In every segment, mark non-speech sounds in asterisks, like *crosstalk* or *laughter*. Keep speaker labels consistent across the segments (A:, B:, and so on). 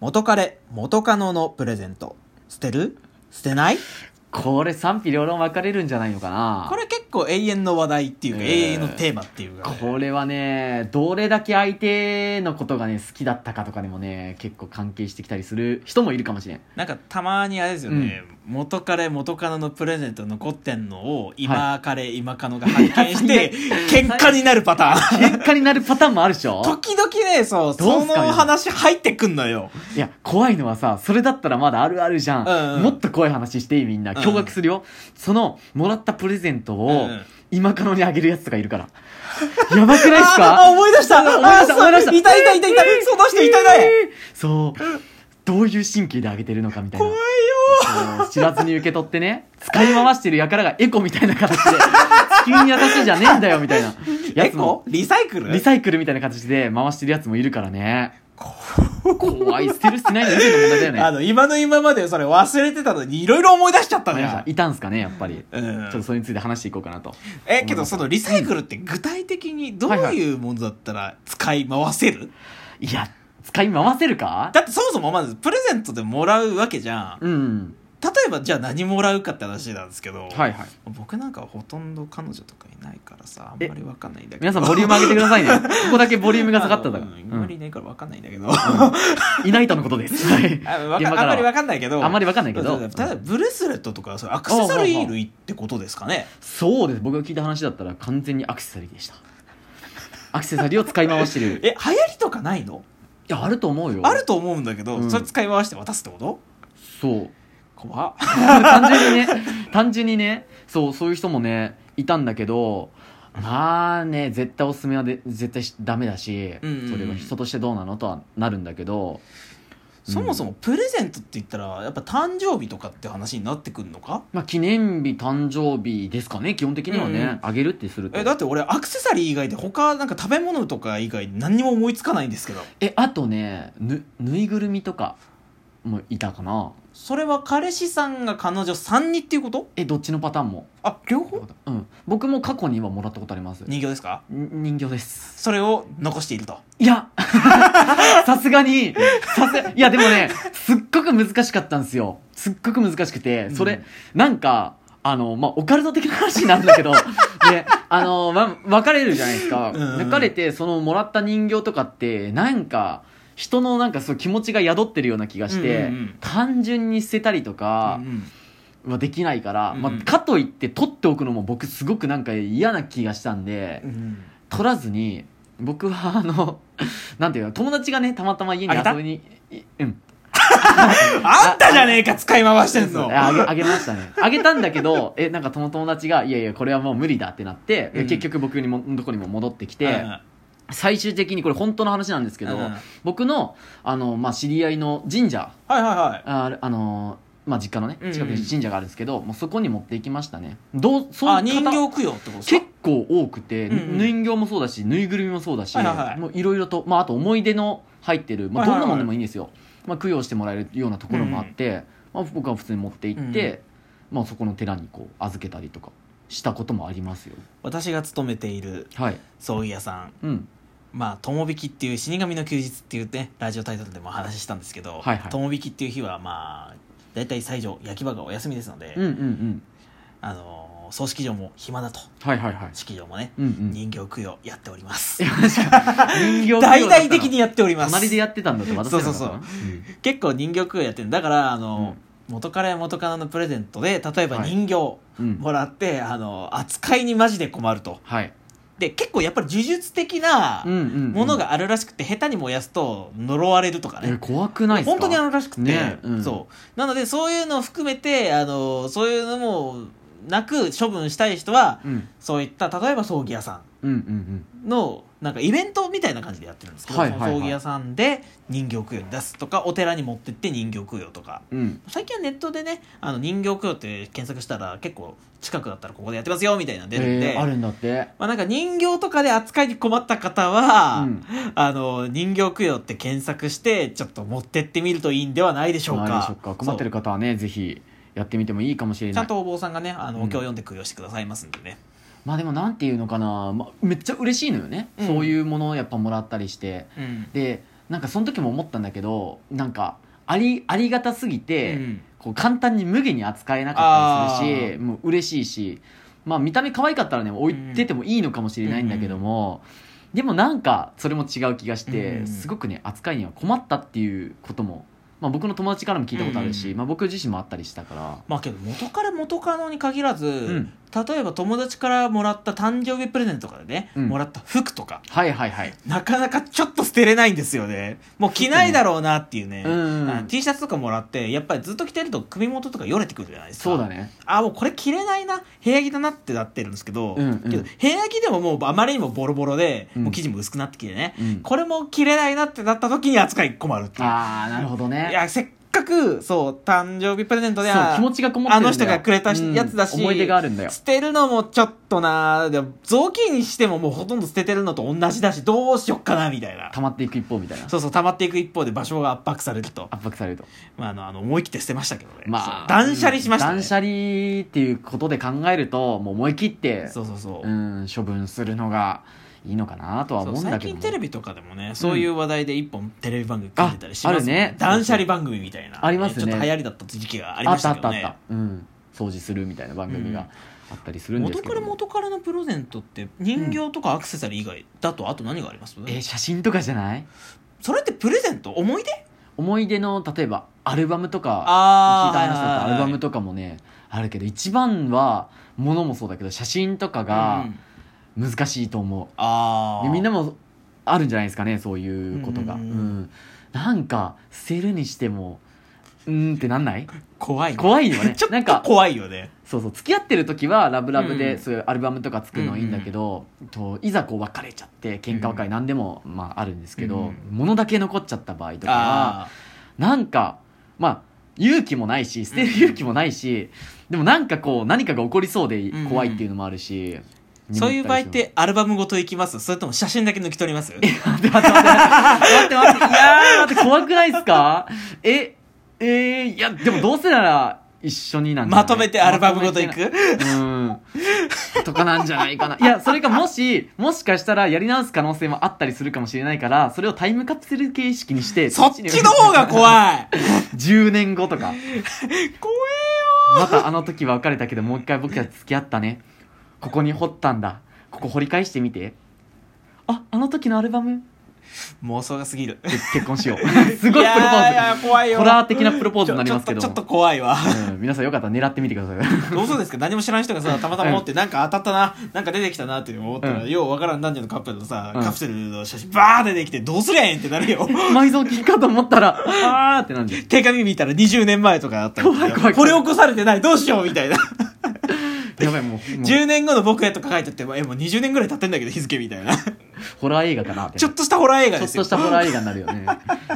A: 元彼、元カノのプレゼント。捨てる捨てない
B: これ賛否両論分かれるんじゃないのかな
A: これ結構永遠の話題っていうか、
B: えー
A: 永遠のテーマっていうかね、
B: これはねどれだけ相手のことがね好きだったかとかでもね結構関係してきたりする人もいるかもしれん
A: なんかたまにあれですよね、元彼元カノのプレゼント残ってんのを今彼、今カノが発見
B: *laughs*
A: して
B: 最
A: 喧
B: 悪
A: 嘩になるパタ
B: *laughs*
A: ーン
B: 結果になるパターンもあるで
A: *laughs*
B: しょ
A: 時々ねそう
B: どう
A: そ
B: す
A: の
B: かね
A: 話入ってくんのよ
B: いや怖いのはさそれだったらまだあるあるじゃん、
A: うんうん
B: もっと怖い話していいみんな
A: うん
B: 驚愕するよ、そのもらったプレゼント
A: うんう
B: を
A: ん
B: 今カノにあげるやつとかいるからやばくないっす
A: *laughs* ああ
B: か
A: 思い出した
B: *laughs* 思い出した
A: あ
B: 思い出した
A: そういたいたいたいたその人いた
B: え
A: ね
B: ーそうどういう神経であげてるのかみたいな
A: 怖いよ
B: そう知らずに受け取ってね、使い回してる輩がエコみたいな形で、地球に優しいじゃねえんだよみたいなや
A: エ
B: つも
A: コ、リサイクル
B: リサイクルみたいな形で回してるやつもいるからね。怖い、捨てる捨てないの意味の問題だよ
A: *laughs*
B: ね。
A: あの今の今までそれ忘れてたのにいろいろ思い出しちゃった
B: わか
A: の
B: り
A: よ
B: ましたいたんすかね、やっぱり。
A: う
B: ちょっと
A: ん、
B: それについて話していこうかなと。
A: えけどそのリサイクルって具体的にどういうものだったら使い回せる
B: いや、使い回せるか
A: だってそもそもまずプレゼントでもらうわけじゃん。
B: うん。
A: 例えばじゃあ何もらうかって話なんですけど、
B: はいはい。
A: 僕なんかほとんど彼女とかいないからさ、あん
B: え
A: まりわかんないんだけど。
B: 皆さんボリューム上げてくださいね。ここだけボリュームが下がったんだ
A: あ
B: か
A: の
B: ら。
A: *laughs* うんあんまり
B: う
A: いないからわかんないんだけ *laughs* ど。
B: んいないとのことです。はい。
A: あわ
B: 現
A: かあ
B: 場か
A: ん
B: ら
A: まりわ
B: は
A: かんないけど。
B: あんまりわかんないけど
A: そうそうそうただブレスレットとか、それアクセサリー類ってことですかね。
B: そうです僕が聞いた話だったら完全にアクセサリーでしたアクセサリーを使い回してる
A: *laughs*
B: い
A: え、流行りとかないの
B: やあると思うよ
A: あると思うんだけど、
B: うん
A: それ使い回して渡すってこと
B: そう
A: 怖っ。
B: 単純にね
A: *laughs*
B: 単純にねそうそういう人もねいたんだけどまあね絶対おすすめはで絶対しダメだし、
A: うんうんうん
B: それは人としてどうなのとはなるんだけど
A: そもそもプレゼントって言ったら、やっぱ誕生日とかって話になってくるのか
B: まあ記念日誕生日ですかね基本的にはね、
A: うんうん
B: あげるってすると
A: えだって俺アクセサリー以外で他なんか食べ物とか以外何にも思いつかないんですけど
B: えあとねぬぬいぐるみとかもいたかな
A: それは彼氏さんが彼女さんにっていうこと
B: えどっちのパターンも
A: あ両方
B: うん、僕も過去にはもらったことあります
A: 人形ですか
B: ん人形です
A: それを残していると
B: いや *laughs* さすがにさすいやでもねすっごく難しかったんですよすっごく難しくてそれ、
A: うん
B: なんかあのまあオカルト的な話なんだ
A: *laughs*
B: けどであの、ま、別れるじゃないですか、
A: うんうん
B: 別れてそのもらった人形とかってなんか人のなんかそう気持ちが宿ってるような気がし
A: うん
B: て、
A: うんうん
B: 単純に捨てたりとか、
A: うんうん
B: はできないから、ま
A: うんうん
B: あ、かといって取っておくのも僕すごくなんか嫌な気がしたんで、
A: うん
B: 取らずに僕はあの *laughs* なんていうの友達がねたまたま家に
A: あげた
B: 遊びにいうん
A: あんたじゃねえか使い回してんの
B: えあげあげましたねあげたんだけど *laughs* えなんか友友達がいやいやこれはもう無理だってなって、
A: うん
B: 結局僕にもどこにも戻ってきて、
A: うん
B: 最終的にこれ本当の話なんですけど、
A: うんはい
B: 僕のあの、まあ、知り合いの神社
A: はいはい
B: ああのまあ、実家のね
A: うんうん
B: 近くに神社があるんですけど、もうそこに持っていきましたねどうそう
A: あ人形供養ってことです
B: 結
A: か
B: 構多くて、
A: うんうん
B: 人形もそうだしぬいぐるみもそうだし、
A: はいはいはい
B: もういろいろと、まあ、あと思い出の入ってる、まあ、
A: はいは
B: ど
A: い
B: ん
A: はい
B: なもんでもいいんですよ、まあ、供養してもらえるようなところもあって、まあ、僕は普通に持って行って、まあ、そこの寺にこう預けたりとかしたこともありますよ
A: 私が勤めている
B: はい
A: 葬儀屋さん
B: うん
A: まあ「ともびき」っていう「死神の休日」っていうねラジオタイトルでもお話ししたんですけど
B: はいはい
A: ともびき」っていう日はまあ大体最上焼き場がお休みですので、
B: うんうんうん
A: あのー葬式場も暇だと
B: はいはいはい
A: 式場もね
B: うんうん
A: 人形供養やっております
B: いや確かに人形供養だった
A: 大
B: の
A: 々的にやっております
B: 隣でやってたんだって私
A: そうそうそう結構人形供養やってるだからあのー、元彼元カノのプレゼントで例えば
B: はい
A: 人形
B: うん、うん
A: もらって、あのー扱いにマジで困ると
B: はい
A: で結構やっぱり呪術的な
B: うんうんうん
A: ものがあるらしくて、下手に燃やすと呪われるとかね
B: え怖くないですか
A: 本当にあるらしくて、
B: ねうん
A: そうなのでそういうのを含めてあのそういうのもなく処分したい人は
B: うん
A: そういった例えば葬儀屋さ
B: うんうん
A: ん
B: うん
A: のなんかイベントみたいな感じでやってるんですけど、
B: はいはいはい
A: その葬儀屋さんで人形供養に出すとかお寺に持ってって人形供養とか
B: うん
A: 最近はネットでねあの人形供養って検索したら結構近くだったらここでやってますよみたいなの出るんで、
B: えーあるんだって
A: まあ、なんか人形とかで扱いに困った方は、
B: うん
A: あの人形供養って検索してちょっと持ってってみるといいんではないでしょうか
B: ないでしょうか困ってる
A: そ
B: 方はねぜひやってみてもいいかもしれ
A: うちゃ
B: なんい
A: とお坊さんがねあの、
B: うん
A: お経を読んで供養してくださいますんでね
B: まあでもなんていうのかな、まあ、めっちゃ嬉しいのよね、
A: うん
B: そういうものをやっぱもらったりして
A: うん
B: でなんかその時も思ったんだけどなんかありありがたすぎて、
A: うん
B: こう簡単に無下に扱えなかったりするし
A: あー
B: もう嬉しいし、まあ、見た目可愛かったらね置いててもいいのかもしれないんだけども、でもなんかそれも違う気がして、
A: うん
B: すごくね扱いには困ったっていうことも、まあ、僕の友達からも聞いたことあるし、
A: うん
B: まあ、僕自身もあったりしたから。
A: まあけど元から元カノに限らず、
B: ん
A: 例えば友達からもらった誕生日プレゼントとかでね、
B: うん
A: もらった服とか
B: はいはいはい、
A: なかなかちょっと捨てれないんですよねもう着ないだろうなっていうね
B: うんうんうん
A: あ T シャツとかもらってやっぱりずっと着てると首元とかよれてくるじゃないですか
B: そうだね
A: あもうこれ着れないな部屋着だなってなってるんですけど,、
B: うんうん
A: けど部屋着でももうあまりにもボロボロで、
B: うん
A: もう生地も薄くなってきてね、
B: うん
A: これも着れないなってなった時に扱い困るっていう
B: ああなるほどね
A: いやせっかくそう誕生日プレゼントで
B: そう気持ちがこもってるんだよ
A: あの人がくれたし
B: うん
A: やつだし
B: 思い出があるんだよ
A: 捨てるのもちょっとなでも雑巾にしてももうほとんど捨ててるのと同じだしどうしよっかなみたいな
B: 溜まっていく一方みたいな
A: そうそう溜まっていく一方で場所が圧迫されると、
B: 圧迫されると
A: まあ、あのあの思い切って捨てましたけどね、
B: ま
A: そ
B: あ
A: う断捨離しましたね、
B: 断捨離っていうことで考えるともう思い切って
A: そうそうそう、
B: うん処分するのがいいのかなとは
A: そ
B: 思
A: う
B: うん
A: 最
B: だけど
A: 近
B: も
A: テレビとかでもねそういう話題で一本テレビ番組組んでたりし
B: あ
A: ま
B: あ
A: す
B: る
A: よ
B: ね
A: 断捨離番組みたいな
B: ありますね
A: ちょっと流行りだった時期があり
B: あ
A: ま
B: っ
A: した
B: あ
A: た
B: っ
A: けど
B: たあっ
A: ね
B: た、うん、掃除するみたいな番組
A: うん
B: があったりするんで
A: 元
B: すけ
A: か
B: ど、
A: ら元からのプレゼントって人形とかアクセサリー以外だとあと何があります、
B: えー写真とかじゃない
A: それってプレゼント思い出
B: 思い出の例えばアルバムとか聞
A: あ
B: いた話だったらアルバム
A: と
B: とかもねあるけど一番は物もそうだけど写真とかが難しいと思う、
A: ああ
B: でみんなもあるんじゃないですかねそういうことが、
A: う
B: うんん
A: うんうん
B: なんか捨てるにしてもうーんってなんない
A: 怖いね
B: 怖いよ
A: *laughs*
B: ね
A: ちょ
B: な
A: っ
B: ん
A: と
B: か
A: 怖いよね
B: そうそう付き合ってる時はラブラ
A: う
B: ブ
A: ん
B: でそういうアルバムとか作るのいいんだけど、といざこう別れちゃって喧嘩別
A: う
B: れ何でも、まあ、あるんですけど、
A: うん
B: 物だけ残っちゃった場合とかは
A: あ
B: なんかまあ勇気もないし捨てる勇気もないし、でもなんかこう何かが起こりそうで怖いっていうのもあるし、
A: あそういう場合ってアルバムごといきますそれとも写真だけ抜き取り
B: *laughs*
A: ます
B: 待って待って待って待って待っていやー待って怖くないで
A: *laughs*
B: すかええー、いやでもどうせなら一緒になんじゃな
A: ま
B: い
A: とめてアルバムごとい
B: ま
A: く
B: と *laughs* めてなうんとかなんじゃないかないやそれかもしもしかしたらやり直す可能性もあったりするかもしれないからそれをタイムカプセル形式にして
A: そっちの方が
B: い
A: 怖い
B: *laughs* 10年後とか
A: 怖
B: またあの時は別れたけどもう一回僕たち付き合ったねここに掘ったんだここ掘り返してみてああの時のアルバム
A: 妄想が過ぎる
B: で結婚しようすごいプロポー
A: *laughs*
B: ズ
A: いやいや怖いよ
B: ホラー的なプロポーズになりますけど
A: ちょちょっとちょっと怖いわ
B: うん、皆さんよかったら狙ってみてください
A: *laughs* どうそうですか何も知らん人がさたまたま持ってなんか当たったななんか出てきたなって思ったら、
B: うん
A: ようわからん男女のカップルのさ、
B: うん
A: カプセルの写真バー出てきてどうすりゃええんってなるよ
B: 埋蔵金かと思ったらあーってなんで
A: 手紙見たら20年前とかあったりとか
B: 怖い怖い
A: 掘り起こされてないどうしようみたいな
B: やばいもうもう
A: 10年後の僕へとか書いてあってえもう20年ぐらい経ってんだけど日付みたいな
B: ホラー映画かなっ
A: *laughs*
B: て
A: ちょっとしたホラー映画
B: ちょ
A: で
B: っ
A: すよ
B: としたホラー映画になるよね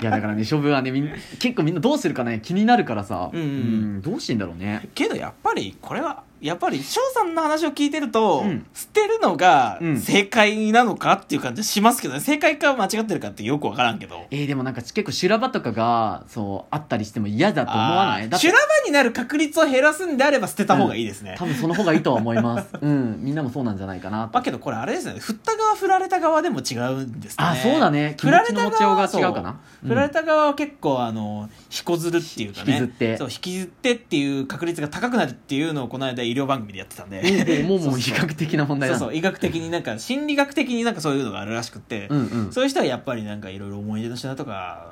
B: いやだからね処分はねみん結構みんなどうするかね気になるからさ
A: うんうん
B: んどうしてんだろうね
A: けどやっぱりこれはやっぱり翔さんの話を聞いてると、
B: うん
A: 捨てるのが
B: うん
A: 正解なのかっていう感じしますけどね正解か間違ってるかってよくわからんけど
B: えー、でもなんか結構修羅場とかがそうあったりしても嫌だと思わない
A: あー
B: だって
A: 修羅場になる確率を減らすんであれば捨てた方がいいですね、
B: 多分その方がいいとは思いますうんみんなもそうなんじゃないかなと
A: だけどこれあれですね振った側振られた側でも違うんですね
B: あそうだね気持ちの持ちようが違うかな
A: そう振られた側は結構あの引こずるっていうかね
B: 引きずって
A: そう引きずってっていう確率が高くなるっていうのをこの間医療番組でやってたんで、
B: うんもうもう
A: そう
B: もう比較的な問題
A: そう
B: だ
A: そう医学的になんか心理学的になんかそういうのがあるらしくって、
B: うんうん
A: そういう人はやっぱりなんかいろいろ思い出の品とか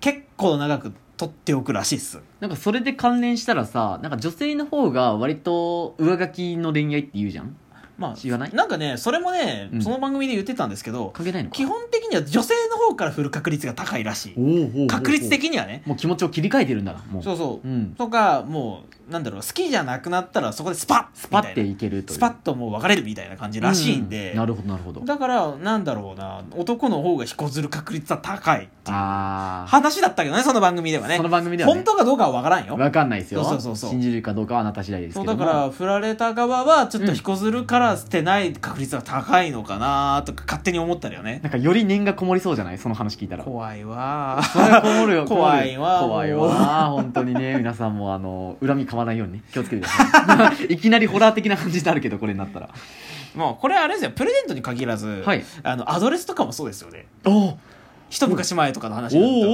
A: 結構長く取っておくらしいっす
B: なんかそれで関連したらさなんか女性の方が割と上書きの恋愛って言うじゃん
A: まあ
B: 知らない
A: なんかねそれもね、
B: うん
A: その番組で言ってたんですけど
B: 関係ないのか
A: 基本的には女性の方から振る確率が高いらし
B: お
A: い
B: ーおーおーおー
A: 確率的にはね
B: もう気持ちを切り替えてるんだなもう
A: そうそう、
B: ん、
A: とかもうなんだろう好きじゃなくなったらそこでスパッ
B: スパって
A: みたいない
B: けるという
A: スパッともう別れるみたいな感じらしいんで、
B: うなるほどなるほど
A: だからなんだろうな男の方が引こずる確率は高いっていう
B: ああ
A: 話だったけどねその番組ではね
B: その番組ではね
A: 本当かどうかは分からんよ
B: わかんないですよ
A: そうそうそうそう
B: 信じるかどうかはあなた次第ですけ
A: そ
B: ど
A: う
B: も
A: だから振られた側はちょっと引こずるから捨てない確率が高いのかなとか勝手に思ったりよね
B: なんかより念がこもりそうじゃないその話聞いたら
A: 怖いわ *laughs*
B: それはこもるよ
A: 怖いわ
B: こもるよ
A: もう
B: 怖いわ本当
A: *laughs*
B: にね皆さんもあの恨み買わないようにね気をつけてくださ
A: *laughs*
B: いいきなりホラー的な感じになるけどこれになったら
A: もうこれあれですよプレゼントに限らず、
B: はい
A: あのアドレスとかもそうですよね
B: おお
A: 一昔前とかの話
B: お
A: な
B: お
A: んだけど
B: お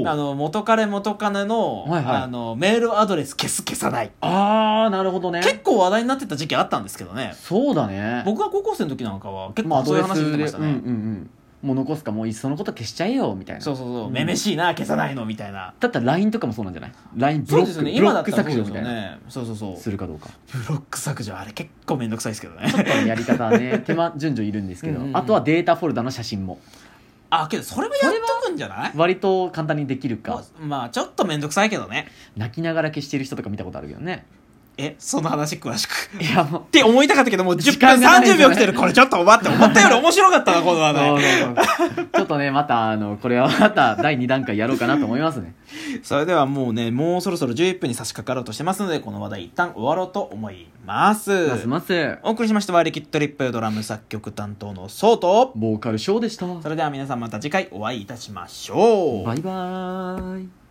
B: おお
A: あの元彼元カノの,、
B: はいはい
A: あのメールアドレス消す消さない
B: ああなるほどね
A: 結構話題になってた時期あったんですけどね
B: そうだね
A: 僕が高校生の時なんかは結
B: まあ
A: 構
B: ア
A: そういう
B: ドレ
A: 話
B: ス
A: 出て
B: で
A: まし
B: う
A: た
B: んう
A: ね、
B: んうんもう残すかもういっそのこと消しちゃえよみたいな
A: そうそうそううんめめしいな消さないのみたいな
B: だったら LINE とかもそうなんじゃない LINE ブ
A: そ
B: ロ
A: うで
B: ッ
A: す
B: ク,、
A: よね
B: ブロ
A: 今だ
B: ッ
A: っ
B: ク
A: たらそ
B: 削
A: うです
B: 除み
A: よ
B: たいな
A: ねそうそうそう
B: するかどうか
A: ブロック削除あれ結構めんどくさいですけど
B: ちょ
A: ね
B: っとねやり方はね手間順序いるんですけ
A: うん
B: ど、
A: うんうん
B: あとはデータフォルダの写真も
A: *laughs* あけどそれもやっとくんじゃない
B: 割と簡単にできるか
A: まあまあちょっとめんどくさいけどね
B: 泣きながら消してる人とか見たことあるけどね
A: えその話詳 *laughs* しく
B: いやもう
A: って思いたかったけどもう10
B: 時間
A: 分
B: がない
A: 30秒来てるこれちょっと待って思った *laughs* より面白かったなこの話題
B: そうそうそう *laughs* ちょっとねまたあのこれはまた第2段階やろうかなと思いますね
A: それではもうねもうそろそろ11分に差し掛かろうとしてますのでこの話題一旦終わろうと思います
B: ますます
A: お送りしましたはリキッドリップドラム作曲担当のソウと
B: ボーカルショーでした
A: それでは皆さんまた次回お会いいたしましょう
B: バイバーイ